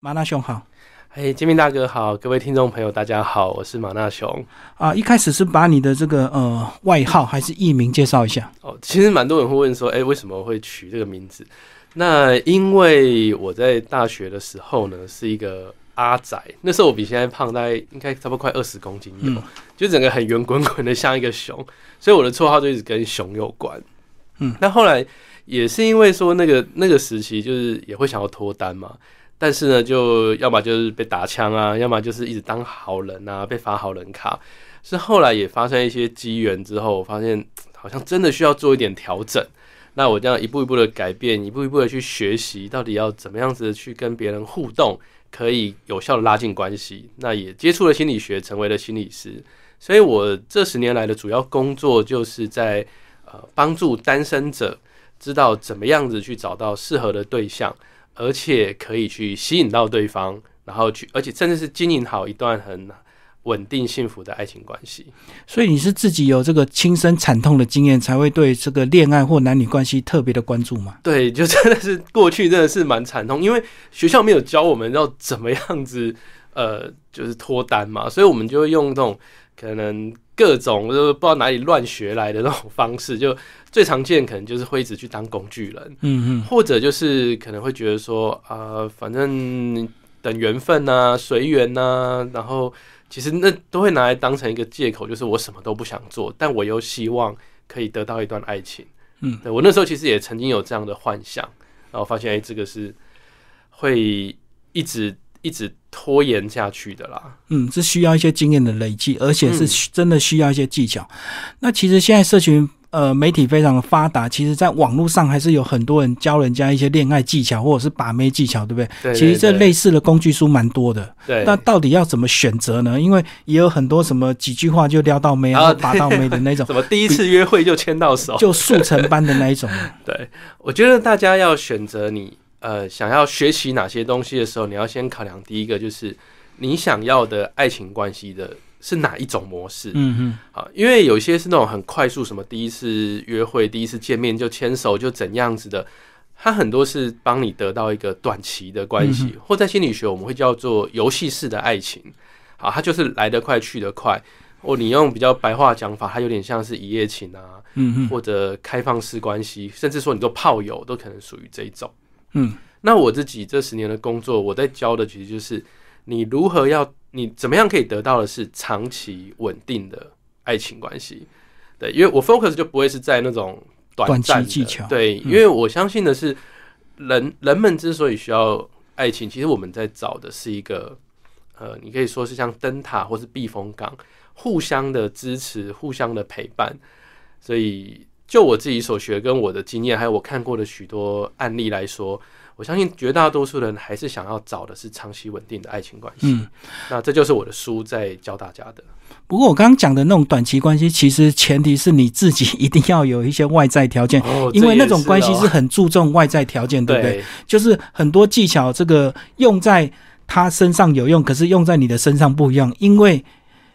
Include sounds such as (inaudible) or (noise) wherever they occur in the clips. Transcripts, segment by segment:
马纳兄好嘿，金明大哥好，各位听众朋友大家好，我是马纳雄。啊！一开始是把你的这个呃外号还是艺名介绍一下哦，其实蛮多人会问说，哎、为什么会取这个名字？那因为我在大学的时候呢，是一个阿仔，那时候我比现在胖大概应该差不多快二十公斤有，嗯就整个很圆滚滚的像一个熊，所以我的绰号就一直跟熊有关。嗯，那后来也是因为说那个那个时期就是也会想要脱单嘛，但是呢，就要么就是被打枪啊，要么就是一直当好人啊，被罚好人卡。是后来也发生一些机缘之后，我发现好像真的需要做一点调整。那我这样一步一步的改变，一步一步的去学习，到底要怎么样子去跟别人互动，可以有效的拉近关系。那也接触了心理学，成为了心理师。所以我这十年来的主要工作就是在呃帮助单身者知道怎么样子去找到适合的对象，而且可以去吸引到对方，然后去而且甚至是经营好一段很稳定幸福的爱情关系。所以你是自己有这个亲身惨痛的经验，才会对这个恋爱或男女关系特别的关注嘛？对，就真的是过去真的是蛮惨痛，因为学校没有教我们要怎么样子，呃，就是脱单嘛，所以我们就会用这种可能各种就是不知道哪里乱学来的那种方式，就最常见可能就是会一直去当工具人，嗯嗯，或者就是可能会觉得说啊、反正等缘分呐、随缘呐，然后其实那都会拿来当成一个借口，就是我什么都不想做，但我又希望可以得到一段爱情。嗯对我那时候其实也曾经有这样的幻想，然后发现哎、这个是会一直一直拖延下去的啦。嗯，是需要一些经验的累积，而且是嗯需真的需要一些技巧。那其实现在社群呃媒体非常的发达，其实在网络上还是有很多人教人家一些恋爱技巧或者是把妹技巧，对不对？对其实这对类似的工具书蛮多的。对那到底要怎么选择呢？因为也有很多什么几句话就撩到妹啊，啊或拔到妹的那种，怎么第一次约会就牵到手？就速成班的那一种。 (laughs) 对，我觉得大家要选择你呃想要学习哪些东西的时候，你要先考量第一个就是你想要的爱情关系的是哪一种模式嗯嗯啊？因为有些是那种很快速，什么第一次约会、第一次见面就牵手就怎样子的。它很多是帮你得到一个短期的关系，或在心理学我们会叫做游戏式的爱情。好，它就是来得快去得快。哦，你用比较白话讲法，它有点像是一夜情啊，嗯嗯或者开放式关系，甚至说你做炮友都可能属于这一种。嗯，那我自己这十年的工作，我在教的其实就是你如何要你怎么样可以得到的是长期稳定的爱情关系。对，因为我 focus 就不会是在那种短暂短的期技巧嗯对，因为我相信的是人人们之所以需要爱情，其实我们在找的是一个呃，你可以说是像灯塔或是避风港，互相的支持，互相的陪伴。所以，就我自己所学跟我的经验，还有我看过的许多案例来说，我相信绝大多数人还是想要找的是长期稳定的爱情关系。嗯。那这就是我的书在教大家的。不过我刚刚讲的那种短期关系，其实前提是你自己一定要有一些外在条件。哦因为那种关系是这也很注重外在条件，对哦不对？对就是很多技巧，这个用在他身上有用，可是用在你的身上不一样，因为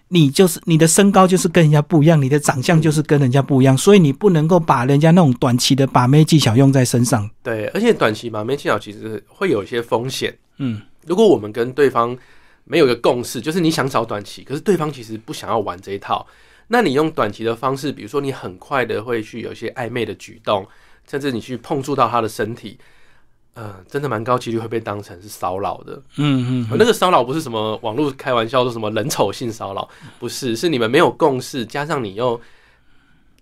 你就是你的身高就是跟人家不一样，你的长相就是跟人家不一样，所以你不能够把人家那种短期的把妹技巧用在身上。对，而且短期把妹技巧其实会有一些风险。嗯如果我们跟对方没有一个共识，就是你想找短期，可是对方其实不想要玩这一套，那你用短期的方式，比如说你很快的会去有一些暧昧的举动，甚至你去碰触到他的身体，呃，真的蛮高几率会被当成是骚扰的。嗯那个骚扰不是什么网络开玩笑说什么人丑性骚扰，不是，是你们没有共识，加上你又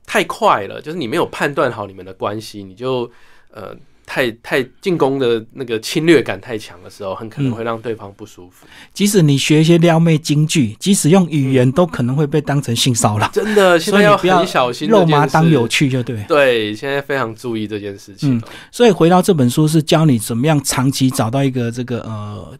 太快了，就是你没有判断好你们的关系，你就呃太太进攻的那个侵略感太强的时候，很可嗯能会让对方不舒服。即使你学一些撩妹京剧，即使用语言，都可能会被当成性骚扰。真的，现所在以你不要很小心这肉件事，麻当有趣嗯就对。对，现在非常注意这件事情哦、所以回到这本书是教你怎么样长期找到一个这个呃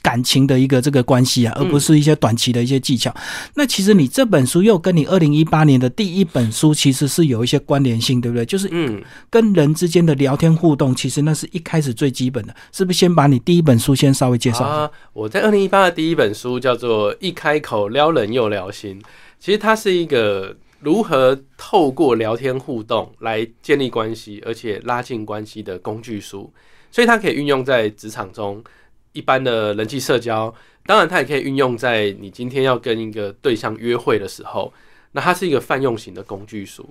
感情的一个这个关系啊，而嗯不是一些短期的一些技巧。那其实你这本书又跟你二零一八年的第一本书其实是有一些关联性，对不对？就是嗯，跟人之间的聊天互动，其实那是一开始最基本的，是不是？先把你第一本书先稍微介绍一下。啊。我在二零一八的第一本书叫做《一开口撩人又撩心》，其实它是一个如何透过聊天互动来建立关系，而且拉近关系的工具书，所以它可以运用在职场中。一般的人际社交，当然它也可以运用在你今天要跟一个对象约会的时候。那它是一个泛用型的工具书。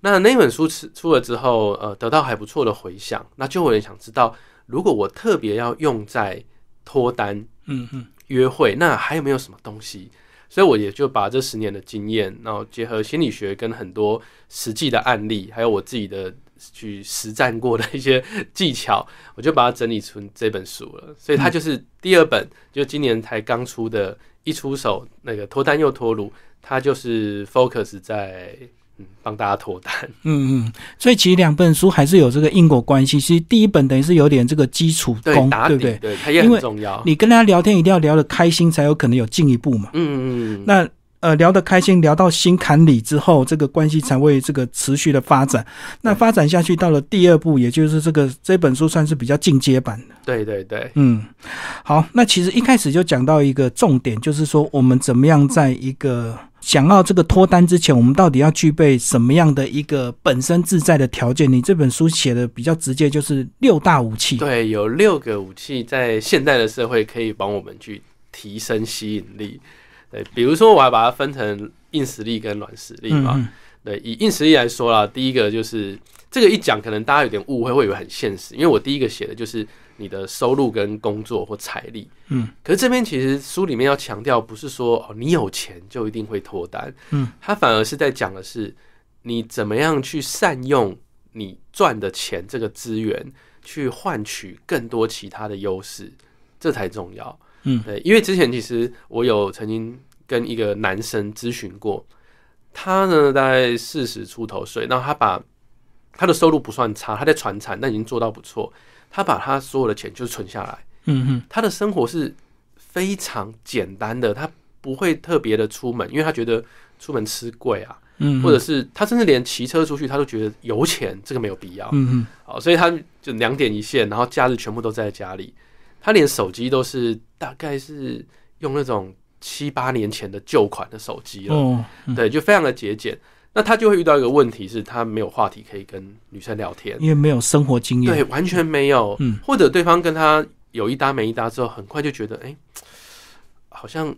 那那本书出出了之后，呃，得到还不错的回响，那就有人想知道，如果我特别要用在脱单嗯嗯，约会，那还有没有什么东西？所以我也就把这十年的经验，然后结合心理学跟很多实际的案例，还有我自己的去实战过的一些技巧，我就把它整理成这本书了。所以它就是第二本，就今年才刚出的，一出手那个脱单又脱乳，它就是 focus 在嗯帮大家脱单。嗯嗯，所以其实两本书还是有这个因果关系。其实第一本等于是有点这个基础对功，，打对底，不对？它也因为很重要。你跟他聊天一定要聊得开心，才有可能有进一步嘛。嗯，嗯嗯那呃，聊得开心，聊到心坎里之后，这个关系才会这个持续的发展。那发展下去，到了第二步，也就是这个这本书算是比较进阶版的。对对对，嗯，好，那其实一开始就讲到一个重点，就是说我们怎么样在一个想要这个脱单之前，我们到底要具备什么样的一个本身自在的条件？你这本书写的比较直接，就是六大武器。对，有六个武器在现代的社会可以帮我们去提升吸引力。对，比如说我还把它分成硬实力跟软实力嗯嘛。嗯对，以硬实力来说啦，第一个就是这个一讲，可能大家有点误会，会以为很现实，因为我第一个写的就是你的收入跟工作或财力。嗯，可是这边其实书里面要强调，不是说哦你有钱就一定会脱单，嗯，他反而是在讲的是你怎么样去善用你赚的钱这个资源，去换取更多其他的优势，这才重要。嗯对，因为之前其实我有曾经跟一个男生咨询过，他呢大概四十出头岁，然后他把他的收入不算差，他在传产但已经做到不错，他把他所有的钱就是存下来。嗯嗯他的生活是非常简单的，他不会特别的出门，因为他觉得出门吃贵啊，嗯，或者是他甚至连骑车出去，他都觉得油钱这个没有必要，嗯嗯好，所以他就两点一线，然后假日全部都在家里，他连手机都是大概是用那种七八年前的旧款的手机了，哦，嗯对，就非常的节俭。那他就会遇到一个问题是，他没有话题可以跟女生聊天，因为没有生活经验。对，完全没有。嗯或者对方跟他有一搭没一搭之后，很快就觉得，哎、好像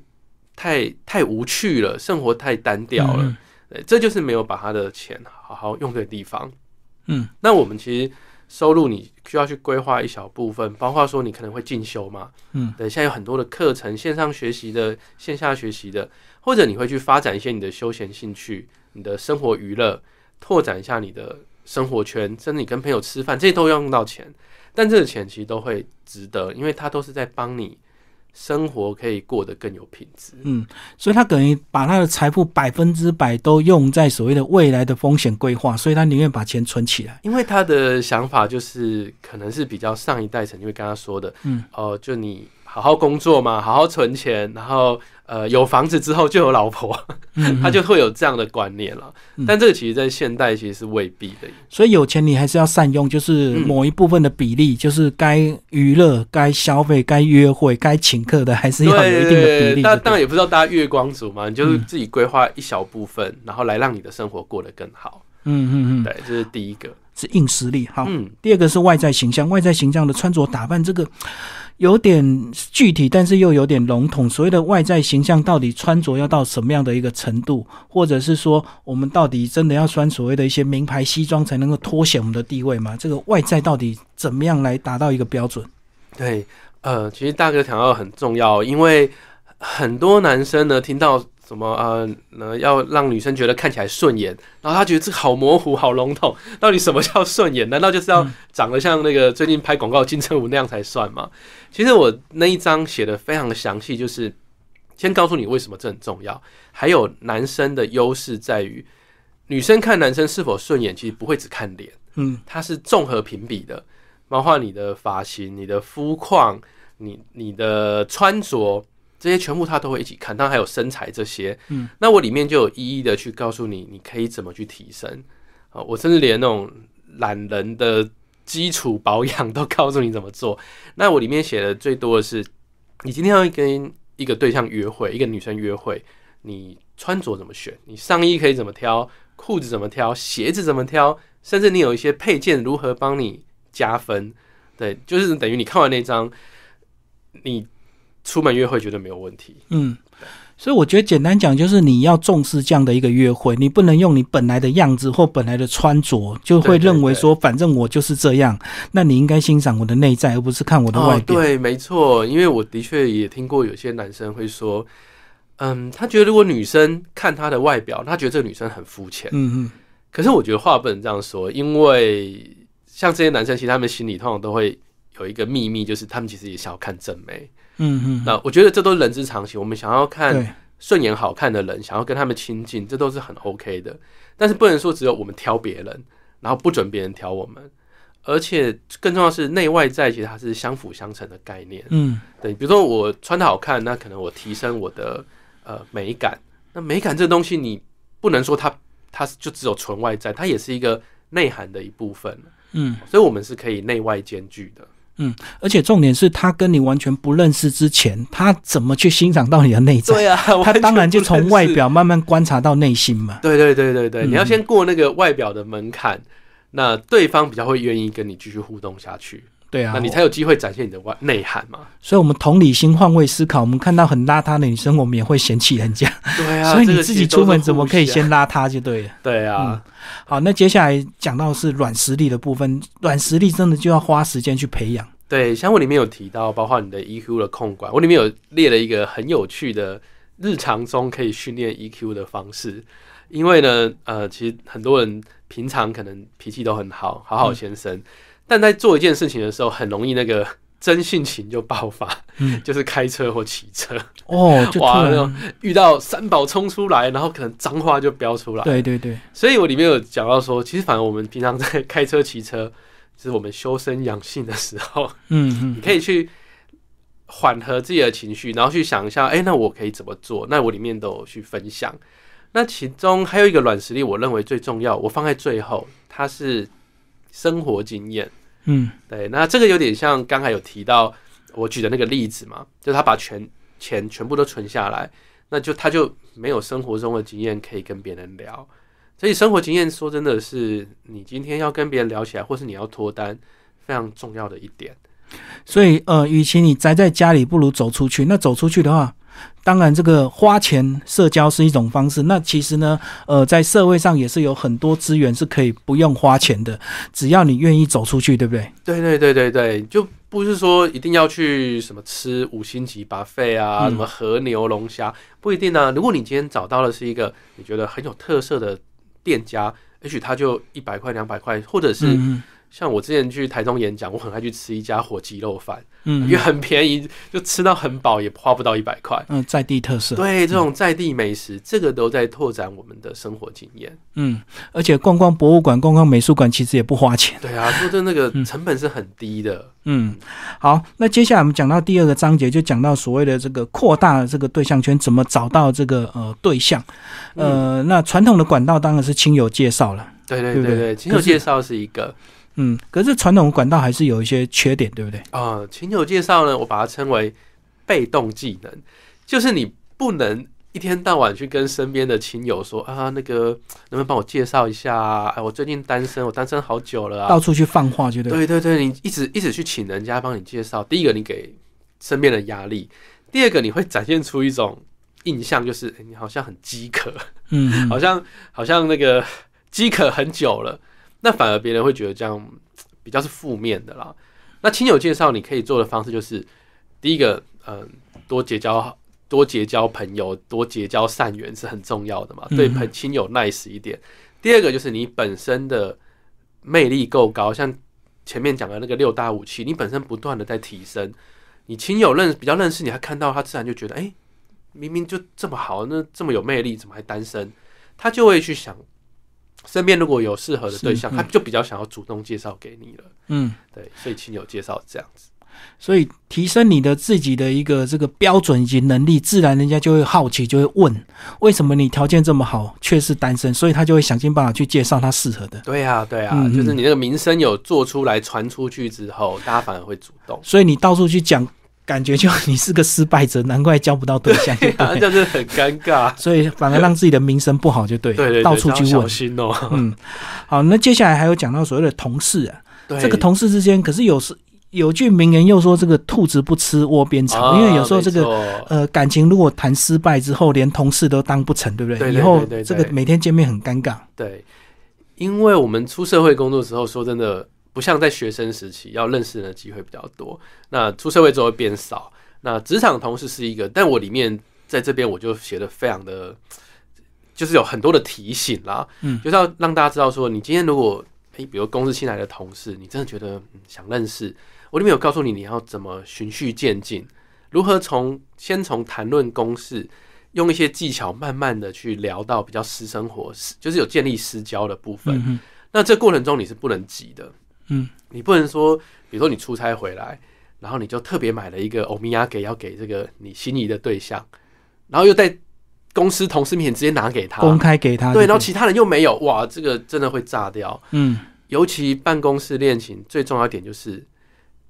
太太无趣了，生活太单调了。嗯对，这就是没有把他的钱好好用的地方。嗯，那我们其实收入你需要去规划一小部分，包括说你可能会进修嘛，嗯，对，现在有很多的课程，线上学习的、线下学习的，或者你会去发展一些你的休闲兴趣、你的生活娱乐，拓展一下你的生活圈，甚至你跟朋友吃饭，这些都要用到钱，但这个钱其实都会值得，因为它都是在帮你生活可以过得更有品质。嗯，所以他等于把他的财富百分之百都用在所谓的未来的风险规划，所以他宁愿把钱存起来。因为他的想法就是，可能是比较上一代曾经会跟他说的，嗯，哦、就你好好工作嘛，好好存钱，然后呃，有房子之后就有老婆，嗯，他就会有这样的观念了。嗯但这个其实，在现代其实是未必的。所以有钱你还是要善用，就是嗯某一部分的比例，就是该娱乐、该消费、该约会、该请客的，还是要有一定的比例。但当对然也不知道大家月光族嘛，你就是嗯自己规划一小部分，然后来让你的生活过得更好。嗯嗯嗯，对，这是第一个。是硬实力。好，嗯，第二个是外在形象，外在形象的穿着打扮，这个有点具体，但是又有点笼统。所谓的外在形象，到底穿着要到什么样的一个程度，或者是说，我们到底真的要穿所谓的一些名牌西装才能够凸显我们的地位吗？这个外在到底怎么样来达到一个标准？对，呃，其实大哥讲到很重要，因为很多男生呢听到什么呃，呃要让女生觉得看起来顺眼，然后他觉得这个好模糊、好笼统，到底什么叫顺眼？难道就是要长得像那个最近拍广告金城武那样才算吗？其实我那一章写的非常详细，就是先告诉你为什么这很重要，还有男生的优势在于，女生看男生是否顺眼，其实不会只看脸。嗯它是综合评比的，包括你的发型、你的肤况、你你的穿着这些，全部它都会一起看。当然还有身材这些，嗯，那我里面就有一一的去告诉你，你可以怎么去提升。啊，我甚至连那种懒人的基础保养都告诉你怎么做。那我里面写的最多的是，你今天要跟一个对象约会，一个女生约会，你穿着怎么选，你上衣可以怎么挑，裤子怎么挑，鞋子怎么挑，甚至你有一些配件如何帮你加分，对，就是等于你看完那张你出门约会绝对没有问题。嗯，所以我觉得简单讲就是你要重视这样的一个约会，你不能用你本来的样子或本来的穿着，就会对对认为说反正我就是这样。那你应该欣赏我的内在，而不是看我哦的外表。对，没错，因为我的确也听过有些男生会说，嗯，他觉得如果女生看他的外表，他觉得这个女生很肤浅。嗯嗯可是我觉得话不能这样说，因为像这些男生，其实他们心里通常都会有一个秘密，就是他们其实也想要看正妹。嗯嗯，那我觉得这都是人之常情，我们想要看对，顺眼好看的人，想要跟他们亲近，这都是很 OK 的。但是不能说只有我们挑别人，然后不准别人挑我们。而且更重要的是，内外在其实它是相辅相成的概念。嗯对，比如说我穿的好看，那可能我提升我的呃美感。那美感这东西，你不能说它它就只有纯外在，它也是一个内涵的一部分。嗯。所以我们是可以内外兼具的。而且重点是他跟你完全不认识之前，他怎么去欣赏到你的内在？啊， (laughs) 他当然就从外。表慢慢观察到内心嘛。对对对对对，嗯你要先过那个外表的门槛，那对方比较会愿意跟你继续互动下去，对啊，那你才有机会展现你的外内涵嘛。所以，我们同理心换位思考，我们看到很邋遢的女生，我们也会嫌弃人 (laughs) 家。对啊，所以这你个自其己实都是出门怎么可以互相？先嗯邋遢就对了。对啊，好，那接下来讲到是软实力的部分，软实力真的就要花时间去培养。对，像我里面有提到，包括你的 EQ 的控管，我里面有列了一个很有趣的日常中可以训练 EQ 的方式。因为呢，呃，其实很多人平常可能脾气都很好，好好先生，嗯但在做一件事情的时候，很容易那个真性情就爆发，嗯 (laughs) 就是开车或骑车，哦，就突哇那然种，遇到三宝冲出来，然后可能脏话就飙出来。对对对，所以我里面有讲到说，其实反正我们平常在开车、骑车，就是我们修身养性的时候，嗯你嗯可以去缓和自己的情绪，然后去想一下，哎、那我可以怎么做？那我里面都有去分享。那其中还有一个软实力，我认为最重要，我放在最后，它是生活经验。嗯对，那这个有点像刚才有提到我举的那个例子嘛，就是他把全钱全部都存下来，那就他就没有生活中的经验可以跟别人聊。所以生活经验说真的是你今天要跟别人聊起来，或是你要脱单，非常重要的一点。所以呃，与其你宅在家里，不如走出去。那走出去的话，当然这个花钱社交是一种方式。那其实呢，呃，在社会上也是有很多资源是可以不用花钱的，只要你愿意走出去，对不对？对对对对对，就不是说一定要去什么吃五星级 buffet 啊，嗯什么和牛龙虾，不一定啊。如果你今天找到的是一个你觉得很有特色的店家，也许他就一百块、两百块，或者是嗯像我之前去台中演讲，我很爱去吃一家火鸡肉饭，嗯因为嗯很便宜，就吃到很饱，也花不到一 (laughs) 百块。嗯，在地特色。对，这种在地美食，这个都在拓展我们的生活经验。嗯，而且逛逛博物馆、逛逛美术馆，其实也不花钱。对啊，说真的，那个成本是很低的。嗯，好，那接下来我们讲到第二个章节，就讲到所谓的这个扩大这个对象圈，怎么找到这个呃对象。呃，那传统的管道当然是亲友介绍了。对对对不对对对，亲友可是介绍是一个。嗯，可是传统管道还是有一些缺点，对不对？啊、亲友介绍呢，我把它称为被动技能，就是你不能一天到晚去跟身边的亲友说啊，那个能不能帮我介绍一下啊？哎，我最近单身，我单身好久了啊到。处去放话，觉得对对对，你一直一直去请人家帮你介绍，第一个你给身边的压力，第二个你会展现出一种印象，就是、哎你好像很饥渴，嗯，好像好像那个饥渴很久了，那反而别人会觉得这样嗯比较是负面的啦。那亲友介绍你可以做的方式就是，第一个，嗯、多结交多结交朋友，多结交善缘是很重要的嘛，嗯对朋亲友 nice 一点。第二个就是你本身的魅力够高，像前面讲的那个六大武器，你本身不断的在提升，你亲友认比较认识你，他看到他自然就觉得，哎、明明就这么好，那这么有魅力，怎么还单身？他就会去想，身边如果有适合的对象，是嗯他就比较想要主动介绍给你了。嗯，对，所以亲友介绍这样子。所以提升你的自己的一个这个标准以及能力，自然人家就会好奇，就会问为什么你条件这么好，却是单身，所以他就会想尽办法去介绍他适合的。对啊，对啊，嗯嗯，就是你那个名声有做出来传出去之后，大家反而会主 (laughs) 动所以你到处去讲，感觉就你是个失败者，难怪交不到对象就啊 (laughs) 对了。。这样是很尴尬所以反而让自己的名声不好，就对了， (laughs) 对对对，到处这去样小问。心哦、嗯，好，那接下来还有讲到所谓的同事啊，对，这个同事之间，可是有时有句名言又说这个兔子不吃窝边草，啊因为有时候这个个呃，感情如果谈失败之后，连同事都当不成，对不对？对对以后对对对这个每天见面很尴尬。对，因为我们出社会工作之后，说真的，不像在学生时期要认识人的机会比较多。那出社会之后会变少，那职场同事是一个，但我里面在这边我就写的非常的，就是有很多的提醒啦，嗯就是要让大家知道说，你今天如果诶，比如公司新来的同事，你真的觉得、嗯想认识，我里面有告诉你你要怎么循序渐进，如何从先从谈论公事。用一些技巧，慢慢的去聊到比较私生活，私就是有建立私交的部分。嗯哼那这过程中你是不能急的，嗯，你不能说，比如说你出差回来，然后你就特别买了一个欧米亚给要给这个你心仪的对象，然后又在公司同事面前直接拿给他，公开给他对，不然后其他人又没有，哇，这个真的会炸掉。嗯尤其办公室恋情，最重要一点就是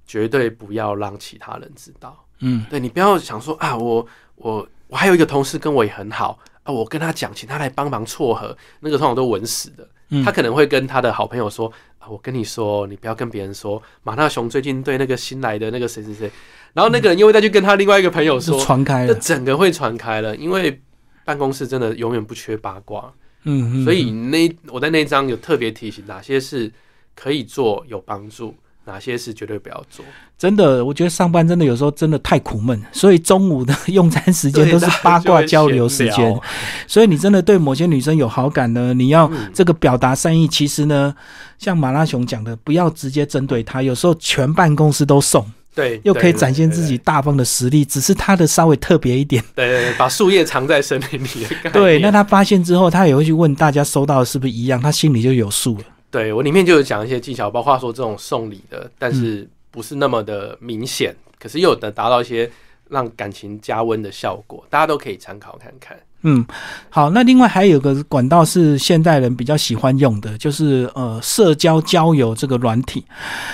绝对不要让其他人知道。嗯对你不要想说啊，我我我还有一个同事跟我也很好啊，我跟他讲，请他来帮忙撮合，那个通常都稳死的。嗯他可能会跟他的好朋友说啊，我跟你说，你不要跟别人说，马大雄最近对那个新来的那个谁谁谁，然后那个人又会再去跟他另外一个朋友就说，传开这了。整个会传开了，因为。办公室真的永远不缺八卦，嗯，嗯所以那我在那一章有特别提醒哪些是可以做有帮助，哪些是绝对不要做。真的，我觉得上班真的有时候真的太苦闷，所以中午的用餐时间对都是大家八就卦会交闲流时聊间。所以你真的对某些女生有好感呢，你要嗯哦这个表达善意，其实呢，像马拉熊讲的，不要直接针对她，有时候全办公室都送，对，又可以对展现对自对己大方的实力，只是她的稍微特别一点。对对对，把树叶藏在森林里的概念。对，那他发现之后，他也会去问大家收到的是不是一样，他心里就有数了。对我里面就有讲一些技巧，包括说这种送礼的，但嗯是不是那么的明显，可是又能达到一些让感情加温的效果，大家都可以参考看看。嗯，好，那另外还有个管道是现代人比较喜欢用的，就是呃社交交友这个软体。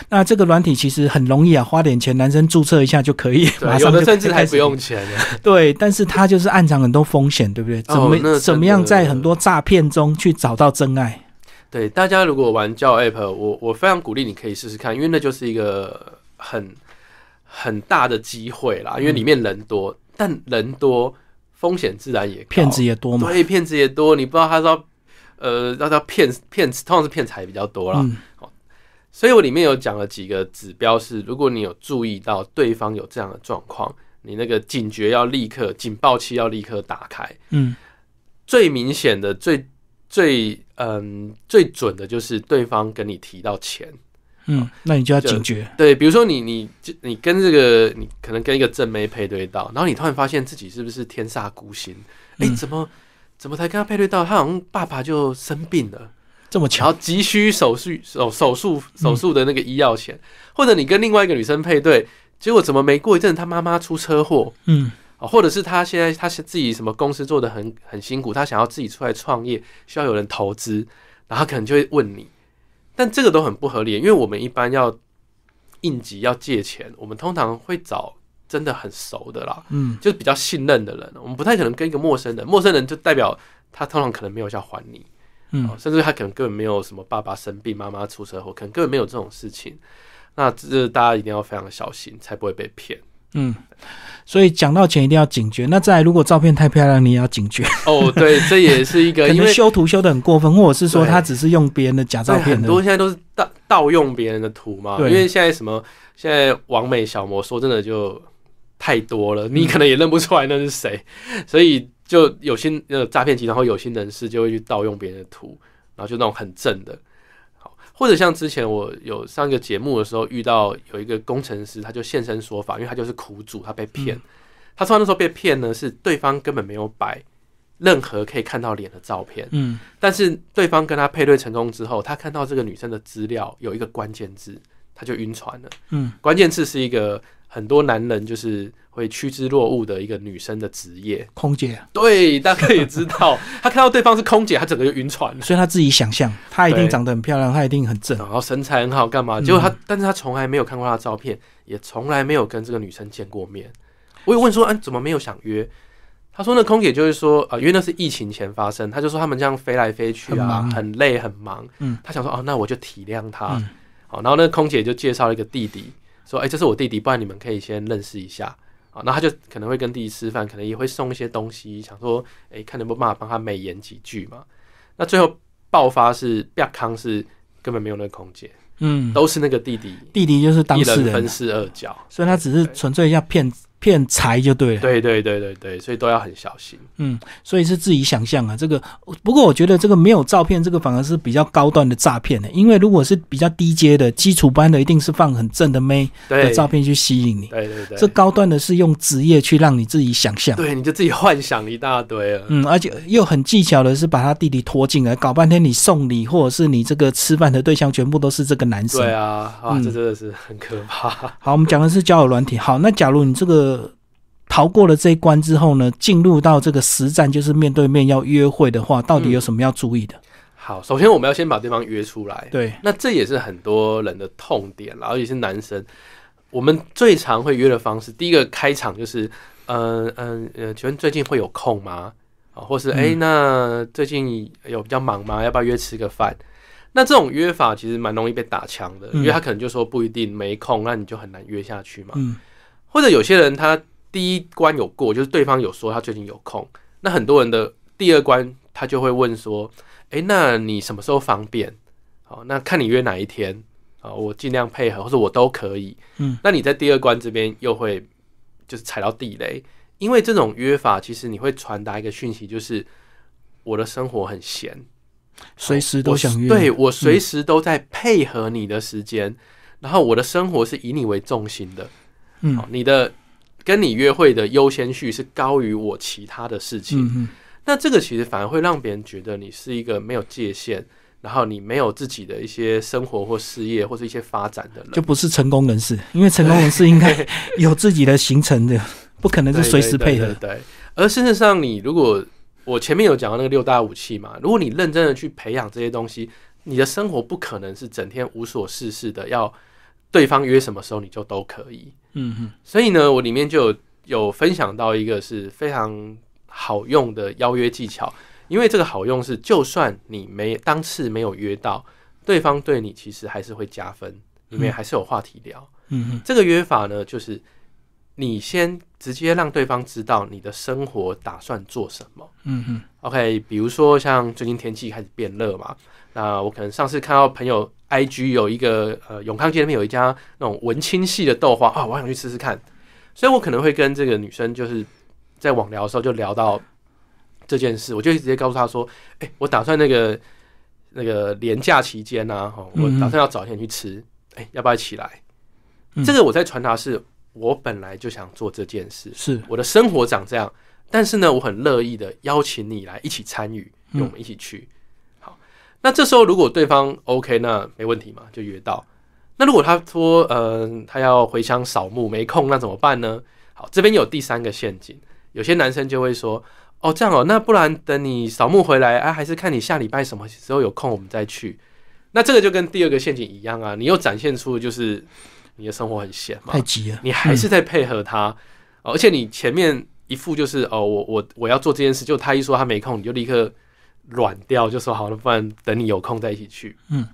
那这个软体其实很容易啊，花点钱，男生注册一下就可以，马对，啊有上的就甚至还开始不用钱呢。对，但是它就是暗藏很多风险，对不对？怎么、哦那真的怎么样在很多诈骗中去找到真爱？对，大家如果玩交友 app，我我非常鼓励你可以试试看，因为那就是一个很很大的机会啦，因嗯为里面人多，但人多风险自然也高骗子也多嘛。对，骗子也多，你不知道他是要呃让他骗骗，通常是骗财比较多啦。嗯所以我里面有讲了几个指标是，如果你有注意到对方有这样的状况，你那个警觉要立刻，警报器要立刻打开。嗯最明显的、最最嗯最准的就是对方跟你提到钱。嗯，哦那你就要就警觉。对，比如说你你你跟这个你可能跟一个正妹配对到，然后你突然发现自己是不是天煞孤星？哎、嗯怎么怎么才跟他配对到？他好像爸爸就生病了。这么然巧，后急需手术手手术手术的那个医药钱，或者你跟另外一个女生配对，结果怎么没过一阵她妈妈出车祸嗯啊，或者是她现在她是自己什么公司做的很很辛苦，她想要自己出来创业，需要有人投资，然后她可能就会问你，但这个都很不合理，因为我们一般要应急要借钱，我们通常会找真的很熟的啦，嗯就是比较信任的人，我们不太可能跟一个陌生人，陌生人就代表他通常可能没有要还你。嗯哦，甚至他可能根本没有什么爸爸生病、妈妈出车祸，可能根本没有这种事情。那这大家一定要非常小心，才不会被骗。嗯。所以讲到钱一定要警觉。那再来，如果照片太漂亮，你也要警觉。哦，对，这也是一个， (laughs) 可因能为修图修的很过分，或者是说对他只是用别人的假照对片很的。多现在都是盗盗用别人的图嘛，因对为现在什么现在网美小魔说真的就太嗯多了，你可能也认不出来那是谁，所以就有些呃诈骗集团或有心人士就会去盗用别人的图，然后就那种很正的。好，或者像之前我有上一个节目的时候遇到有一个工程师，他就现身说法，因为他就是苦主，他被骗。嗯他说他那时候被骗呢，是对方根本没有摆任何可以看到脸的照片，嗯但是对方跟他配对成功之后，他看到这个女生的资料有一个关键字，他就晕船了。嗯关键字是一个很多男人就是会趋之若鹜的一个女生的职业。空姐，对，大家可以知道，他看到对方是空姐，他整个就晕船了。所以他自己想象，他一定对长得很漂亮，他一定很正。然后身材很好，干嘛？嗯结果他，但是他从来没有看过她的照片，也从来没有跟这个女生见过面。我有问说，嗯、怎么没有想约？他说那空姐就是说，呃，因为那是疫情前发生，他就说他们这样飞来飞去很啊，忙很累很忙。嗯啊他想说，哦，那我就体谅他。嗯好，然后那个空姐就介绍了一个弟弟，说，哎、这是我弟弟，不然你们可以先认识一下啊。那他就可能会跟弟弟吃饭，可能也会送一些东西，想说，哎、看能不能办法帮他美言几句嘛。那最后爆发是，亚康是根本没有那个空间，嗯，都是那个弟弟弟弟就是当一事人人分啊，饰二角。所以他只是纯粹要骗骗财就对了。对对对对对，所以都要很小心。嗯，所以是自己想象啊。这个不过我觉得这个没有照片，这个反而是比较高端的诈骗的、欸因为如果是比较低阶的基础班的，一定是放很正的妹对，的照片去吸引你。对对对，这高端的是用职业去让你自己想象。对你就自己幻想一大堆了。嗯，而且又很技巧的是把他弟弟拖进来，搞半天你送礼或者是你这个吃饭的对象全部都是这个男生。对啊，啊，嗯这真的是很可怕。好，我们讲的是交友软体。好，那假如你这个逃过了这一关之后呢，进入到这个实战，就是面对面要约会的话，到底有什么要注意的？嗯好，首先我们要先把对方约出来，对，那这也是很多人的痛点啦，而且是男生。我们最常会约的方式，第一个开场就是，嗯嗯呃，请问最近会有空吗？啊，或是嗯哎、诶那最近有比较忙吗？要不要约吃个饭？那这种约法其实蛮容易被打枪的，因为嗯他可能就说不一定没空，那你就很难约下去嘛。嗯或者有些人他第一关有过，就是对方有说他最近有空，那很多人的第二关他就会问说，诶，那你什么时候方便？好，那看你约哪一天啊，我尽量配合，或者我都可以。嗯，那你在第二关这边又会就是踩到地雷，因为这种约法其实你会传达一个讯息，就是我的生活很闲，随时都想约。哦嗯我对我随时都在配合你的时间，然后我的生活是以你为重心的。嗯好你的跟你约会的优先序是高于我其他的事情。嗯嗯那这个其实反而会让别人觉得你是一个没有界限，然后你没有自己的一些生活或事业或是一些发展的人。就不是成功人士，因为成功人士应该 (laughs) 有自己的行程的，不可能是随时配合。对对对对对而事实上，你如果我前面有讲到那个六大武器嘛，如果你认真的去培养这些东西，你的生活不可能是整天无所事事的，要对方约什么时候你就都可以。嗯嗯所以呢，我里面就有有分享到一个是非常好用的邀约技巧，因为这个好用是，就算你没当次没有约到，对方对你其实还是会加分，你们嗯还是有话题聊。嗯嗯这个约法呢，就是你先直接让对方知道你的生活打算做什么。嗯嗯 OK，比如说像最近天气开始变热嘛，那我可能上次看到朋友 IG 有一个呃永康街那边有一家那种文青系的豆花啊，我想去吃吃看，所以我可能会跟这个女生就是在网聊的时候就聊到这件事，我就直接告诉她说，哎、我打算那个那个连假期间呐、啊，哦，我嗯嗯打算要找一天去吃，哎、要不要一起来？嗯这个我在传达是我本来就想做这件事，是我的生活长这样，但是呢，我很乐意的邀请你来一起参与，嗯跟我们一起去。好，那这时候如果对方 OK，那没问题嘛，就约到。那如果他说，嗯、他要回乡扫墓没空，那怎么办呢？好，这边有第三个陷阱，有些男生就会说，哦，这样哦，那不然等你扫墓回来啊，还是看你下礼拜什么时候有空，我们再去。那这个就跟第二个陷阱一样啊，你又展现出的就是你的生活很闲嘛太，急了。嗯你还是在配合他，哦而且你前面一副就是哦，我我我要做这件事，就他一说他没空，你就立刻软掉，就说好了，不然等你有空再一起去。嗯，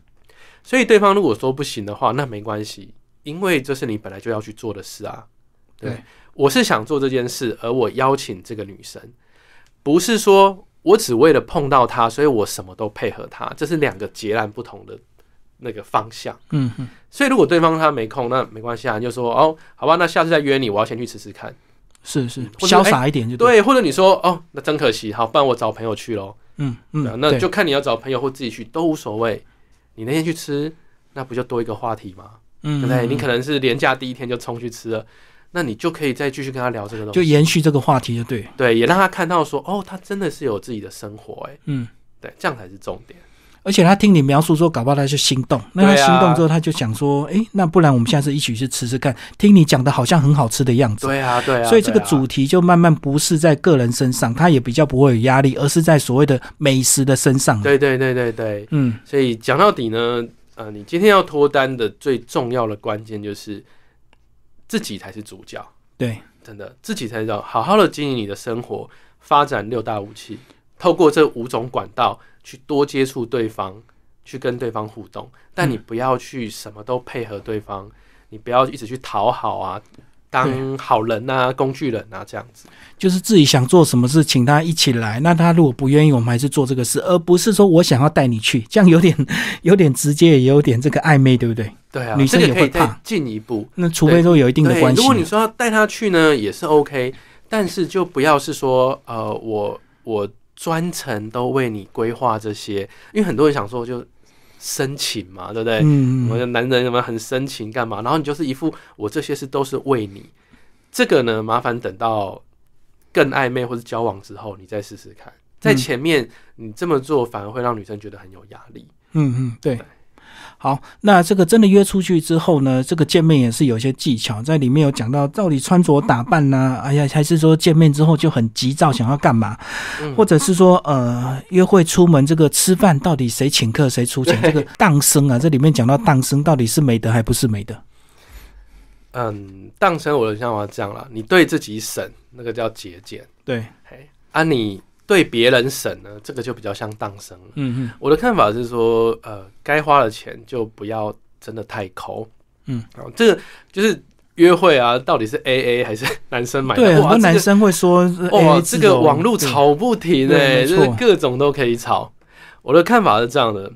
所以对方如果说不行的话，那没关系，因为这是你本来就要去做的事啊。对，对我是想做这件事，而我邀请这个女生，不是说我只为了碰到她，所以我什么都配合她，这是两个截然不同的那个方向。嗯嗯，所以如果对方他没空，那没关系啊，你就说哦，好吧，那下次再约你，我要先去吃吃看。是是，或者哎潇洒一点就对。对，或者你说哦，那真可惜，好，不然我找朋友去喽、嗯对啊嗯，那对就看你要找朋友或自己去都无所谓。你那天去吃，那不就多一个话题吗？嗯对不对？你嗯可能是连假第一天就冲去吃了，那你就可以再继续跟他聊这个东就西，延续这个话题就对。对，也让他看到说哦，他真的是有自己的生活、哎，嗯，对，这样才是重点。而且他听你描述说，搞不好他就心动。那他对啊心动之后，他就想说，诶，那不然我们下次一起去吃吃看。听你讲的好像很好吃的样子。对啊，对啊。所以这个对啊主题就慢慢不是在个人身上，他也比较不会有压力，而是在所谓的美食的身上。，对对对对对，嗯所以讲到底呢，呃，你今天要脱单的最重要的关键就是自己才是主角，对，真的，自己才是主角好好的经营你的生活，发展六大武器，透过这五种管道去多接嗯触对方，去跟对方互动，但你不要去什么都配合对方，你不要一直去讨好啊，当好人啊、工具人啊这样子。就是自己想做什么事，请他一起来。那他如果不愿意，我们还是做这个事，而不是说我想要带你去，这样有点 (laughs) 有点直接，也有点这个暧昧，对不对？对啊，女生这也个会可以怕再进一步。那除非说有一定的对关系如，果你说要带他去呢，也是 OK，但是就不要是说呃，我我专程都为你规划这些，因为很多人想说就深情嘛，对不对？嗯，我嗯们男人什么很深情干嘛？然后你就是一副我这些事都是为你，这个呢，麻烦等到更暧昧或者交往之后，你再试试看。在嗯前面你这么做，反而会让女生觉得很有压力。嗯嗯，对。好，那这个真的约出去之后呢，这个见面也是有一些技巧，在里面有讲到到底穿着打扮呐、哎呀，还是说见面之后就很急躁，想要干嘛，嗯或者是说呃约会出门这个吃饭到底谁请客谁出钱，这对个当生啊，这里面讲到当生到底是美德还不是美德？嗯，当成我的想法是这样啦，你对自己省，那个叫节俭；对，嘿，啊，你对别人省呢，这个就比较像当生了。嗯嗯我的看法是说，呃，该花的钱就不要真的太抠。嗯，好，这个就是约会啊，到底是 A A 还是男生买的？对，很哇，多这男个生会说，哇，哎这个网络，吵不停对哎、没就错是各种都可以吵。我的看法是这样的，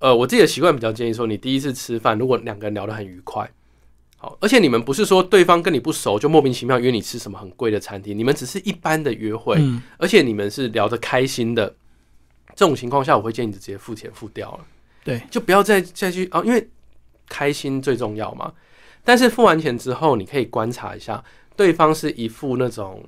呃，我自己的习惯比较建议说，你第一次吃饭，如果两个人聊得很愉快，好，而且你们不是说对方跟你不熟就莫名其妙约你吃什么很贵的餐厅，你们只是一般的约会，对嗯，而且你们是聊得开心的，这种情况下，我会建议你直接付钱付掉了。对，就不要再再去啊，因为开心最重要嘛。但是付完钱之后，你可以观察一下，对方是一副那种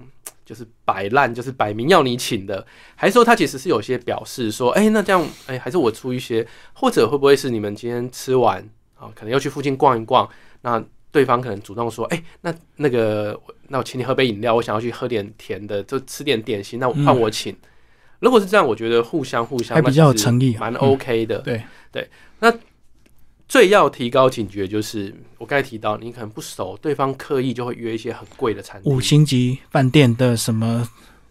就是摆烂，就是摆明要你请的，还是说他其实是有些表示说，哎、那这样，哎、还是我出一些，或者会不会是你们今天吃完啊，可能要去附近逛一逛，那对方可能主动说，哎、那那个，我那我请你喝杯饮料，我想要去喝点甜的，就吃点点心，那我嗯换我请。如果是这样，我觉得互相互相还比较有那其实诚意啊蛮嗯 OK 的。对最要提高警觉就是，我刚才提到，你可能不熟，对方刻意就会约一些很贵的餐厅，五星级饭店的什么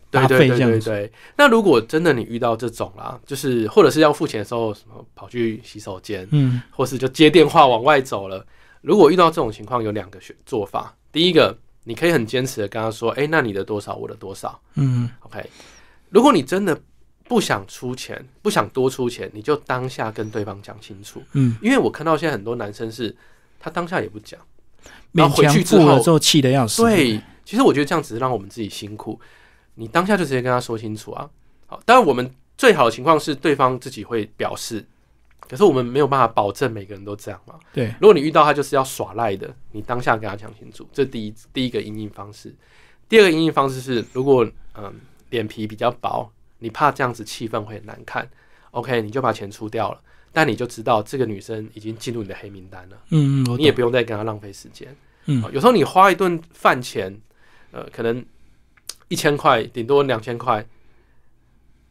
对搭对配对这样对子，对。那如果真的你遇到这种啦，就是或者是要付钱的时候，什么跑去洗手间，嗯或是就接电话往外走了。如果遇到这种情况，有两个选做法，第一个，你可以很坚持的跟他说，哎、那你的多少，我的多少。嗯 OK，如果你真的不想出钱，不想多出钱，你就当下跟对方讲清楚。嗯，因为我看到现在很多男生是，他当下也不讲，然勉后回强去之付了后之，后气的要死，对，其实我觉得这样只是让我们自己辛苦。你当下就直接跟他说清楚啊。好，当然我们最好的情况是对方自己会表示，可是我们没有办法保证每个人都这样嘛。对，如果你遇到他就是要耍赖的，你当下跟他讲清楚，这第一第一个因应方式。第二个因应方式是，如果嗯脸皮比较薄，你怕这样子气氛会很难看，OK，你就把钱出掉了，但你就知道这个女生已经进入你的黑名单了，嗯嗯，我你也懂，不用再跟她浪费时间。嗯哦有时候你花一顿饭钱，呃，可能一千块，顶多两千块，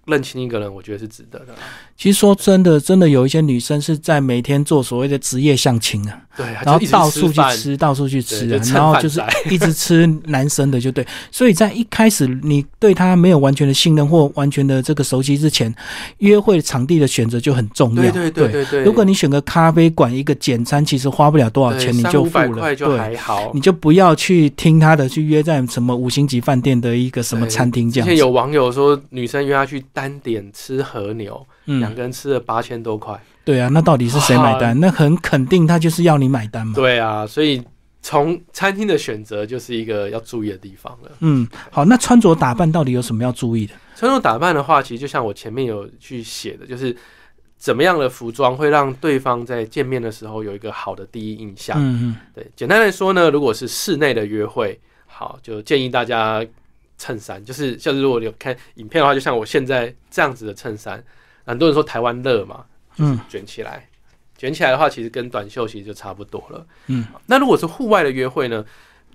认清一个人，我觉得是值得的啦。其实说真的，真的有一些女生是在每天做所谓的职业相亲啊，对，她然后就一直到处去饭，吃，到处去吃对啊就，蹭然后饭就是仔一直吃男生的，就对。所以在一开始你对他没有完全的信任或完全的这个熟悉之前，约会场地的选择就很重要。对对对对对。如果你选个咖啡馆一个简餐，其实花不了多少对钱，你三就五付百了，块就对，还好你。就不要去听他的去约在什么五星级饭店的一个什么对餐厅这之样前子。有网友说，女生约他去单点吃和牛，两、嗯，个人吃了八千多块。对啊，那到底是谁买单？那很肯定他就是要你买单嘛。对啊，所以从餐厅的选择就是一个要注意的地方了。嗯，好，那穿着打扮到底有什么要注意的？穿着打扮的话，其实就像我前面有去写的，就是怎么样的服装会让对方在见面的时候有一个好的第一印象。嗯嗯，对，简单来说呢，如果是室内的约会，好，就建议大家衬衫，就是像是如果你有看影片的话，就像我现在这样子的衬衫，很多人说台湾热嘛，就是嗯卷起来，卷起来的话，其实跟短袖其实就差不多了。嗯，那如果是户外的约会呢，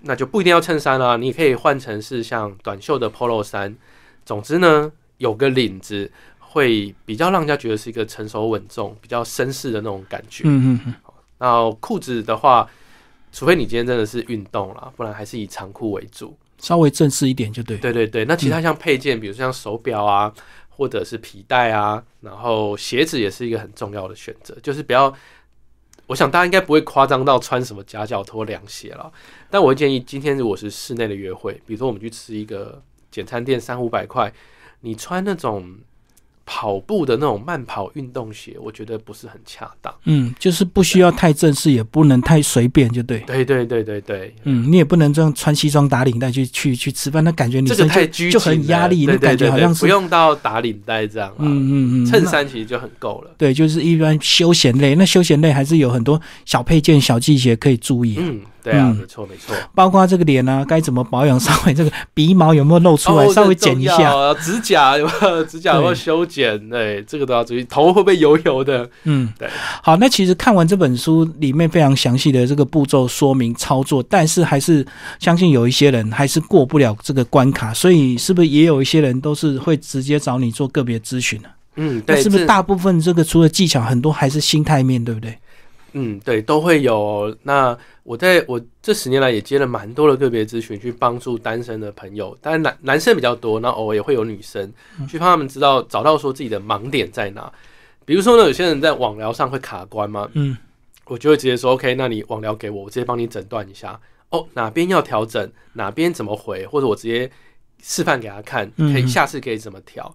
那就不一定要衬衫啦、你也可以换成是像短袖的 polo 衫，总之呢，有个领子。会比较让人家觉得是一个成熟稳重、比较绅士的那种感觉。嗯嗯嗯，那裤子的话，除非你今天真的是运动啦，不然还是以长裤为主。稍微正式一点就对。对对对，那其他像配件，比如像手表啊，或者是皮带啊，然后鞋子也是一个很重要的选择，就是不要。我我想大家应该不会夸张到穿什么夹脚拖、凉鞋了。但我会建议，今天如果是室内的约会，比如说我们去吃一个简餐店，三五百块，你穿那种跑步的那种慢跑运动鞋，我觉得不是很恰当。嗯，就是不需要太正式，也不能太随便，就对。对对对对对，嗯，你也不能这样穿西装打领带去去去吃饭，那感觉女这个生太就拘谨就很压力了那感觉对对对对好像是不用到打领带这样啊。嗯嗯嗯，衬那衫其实就很够了。对，就是一般休闲类，那休闲类还是有很多小配件、小细节可以注意，嗯，对啊，嗯没错没错。包括这个脸啊，该怎么保养，稍微这个鼻毛有没有露出来，哦稍微剪一，这很下，重要啊指甲 (laughs) 有没有指甲有没有对修剪？对，这个都要注意。头会不会油油的？嗯，对。好，那其实看完这本书里面非常详细的这个步骤说明操作，但是还是相信有一些人还是过不了这个关卡，所以是不是也有一些人都是会直接找你做个别咨询呢、嗯，那对，是不是这？大部分这个除了技巧，很多还是心态面对不对？嗯，对，都会有。那我在我这十年来也接了蛮多的个别咨询，去帮助单身的朋友，当然男男生比较多，那偶尔也会有女生，嗯去帮他们知道找到说自己的盲点在哪。比如说呢，有些人在网聊上会卡关嘛，嗯，我就会直接说 OK，那你网聊给我，我直接帮你诊断一下哦，哪边要调整，哪边怎么回，或者我直接示范给他看，嗯可以下次可以怎么调。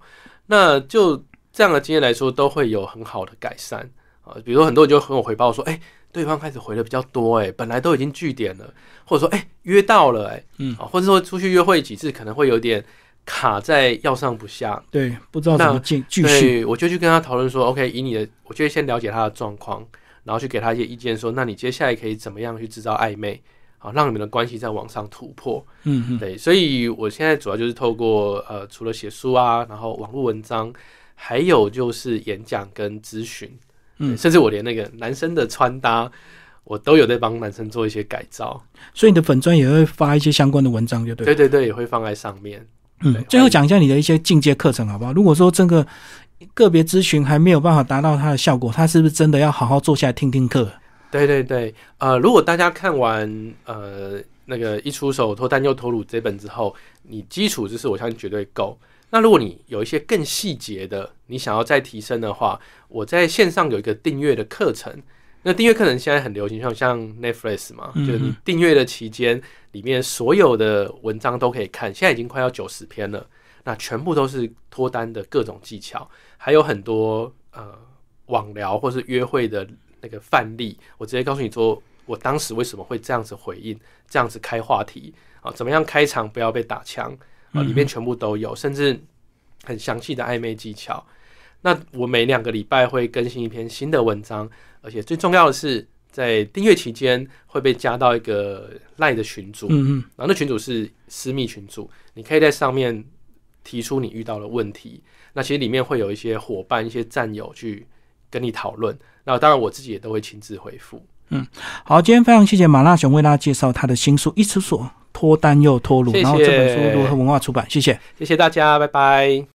那就这样的经验来说，都会有很好的改善啊。比如说很多人就和我回报说，哎、对方开始回的比较多、哎，本来都已经据点了，或者说哎、约到了、哎，嗯啊，或者说出去约会几次，可能会有点卡在要上不下，对，不知道怎么那继继续。对，我就去跟他讨论说，OK，以你的，我就会先了解他的状况，然后去给他一些意见说，那你接下来可以怎么样去制造暧昧，好让你们的关系再往上突破。嗯嗯，对，所以我现在主要就是透过呃，除了写书啊，然后网络文章，还有就是演讲跟咨询，嗯嗯，甚至我连那个男生的穿搭，我都有在帮男生做一些改造。所以你的粉专也会发一些相关的文章，就对了。对对对，也会放在上面。对嗯，最欢后迎讲一下你的一些进阶课程好不好？如果说这个个别咨询还没有办法达到它的效果，他是不是真的要好好坐下来听听课？对对对，呃，如果大家看完呃那个一出手脱单又脱乳这本之后，你基础知识我相信绝对够。那如果你有一些更细节的，你想要再提升的话，我在线上有一个订阅的课程。那订阅课程现在很流行，像像 Netflix 嘛，嗯就是你订阅的期间，里面所有的文章都可以看。现在已经快要九十篇了，那全部都是脱单的各种技巧，还有很多呃网聊或是约会的那个范例，我直接告诉你说，我当时为什么会这样子回应，这样子开话题啊，怎么样开场不要被打枪啊，嗯里面全部都有，甚至很详细的暧昧技巧。那我每两个礼拜会更新一篇新的文章，而且最重要的是，在订阅期间会被加到一个赖的群组，嗯嗯然后那群组是私密群组，你可以在上面提出你遇到的问题。那其实里面会有一些伙伴、一些战友去跟你讨论。那当然我自己也都会亲自回复。好，今天非常谢谢马拉熊为大家介绍他的新书《一出所脱单又脱乳》，谢谢然后这本书如何文化出版，谢谢。谢谢大家，拜拜。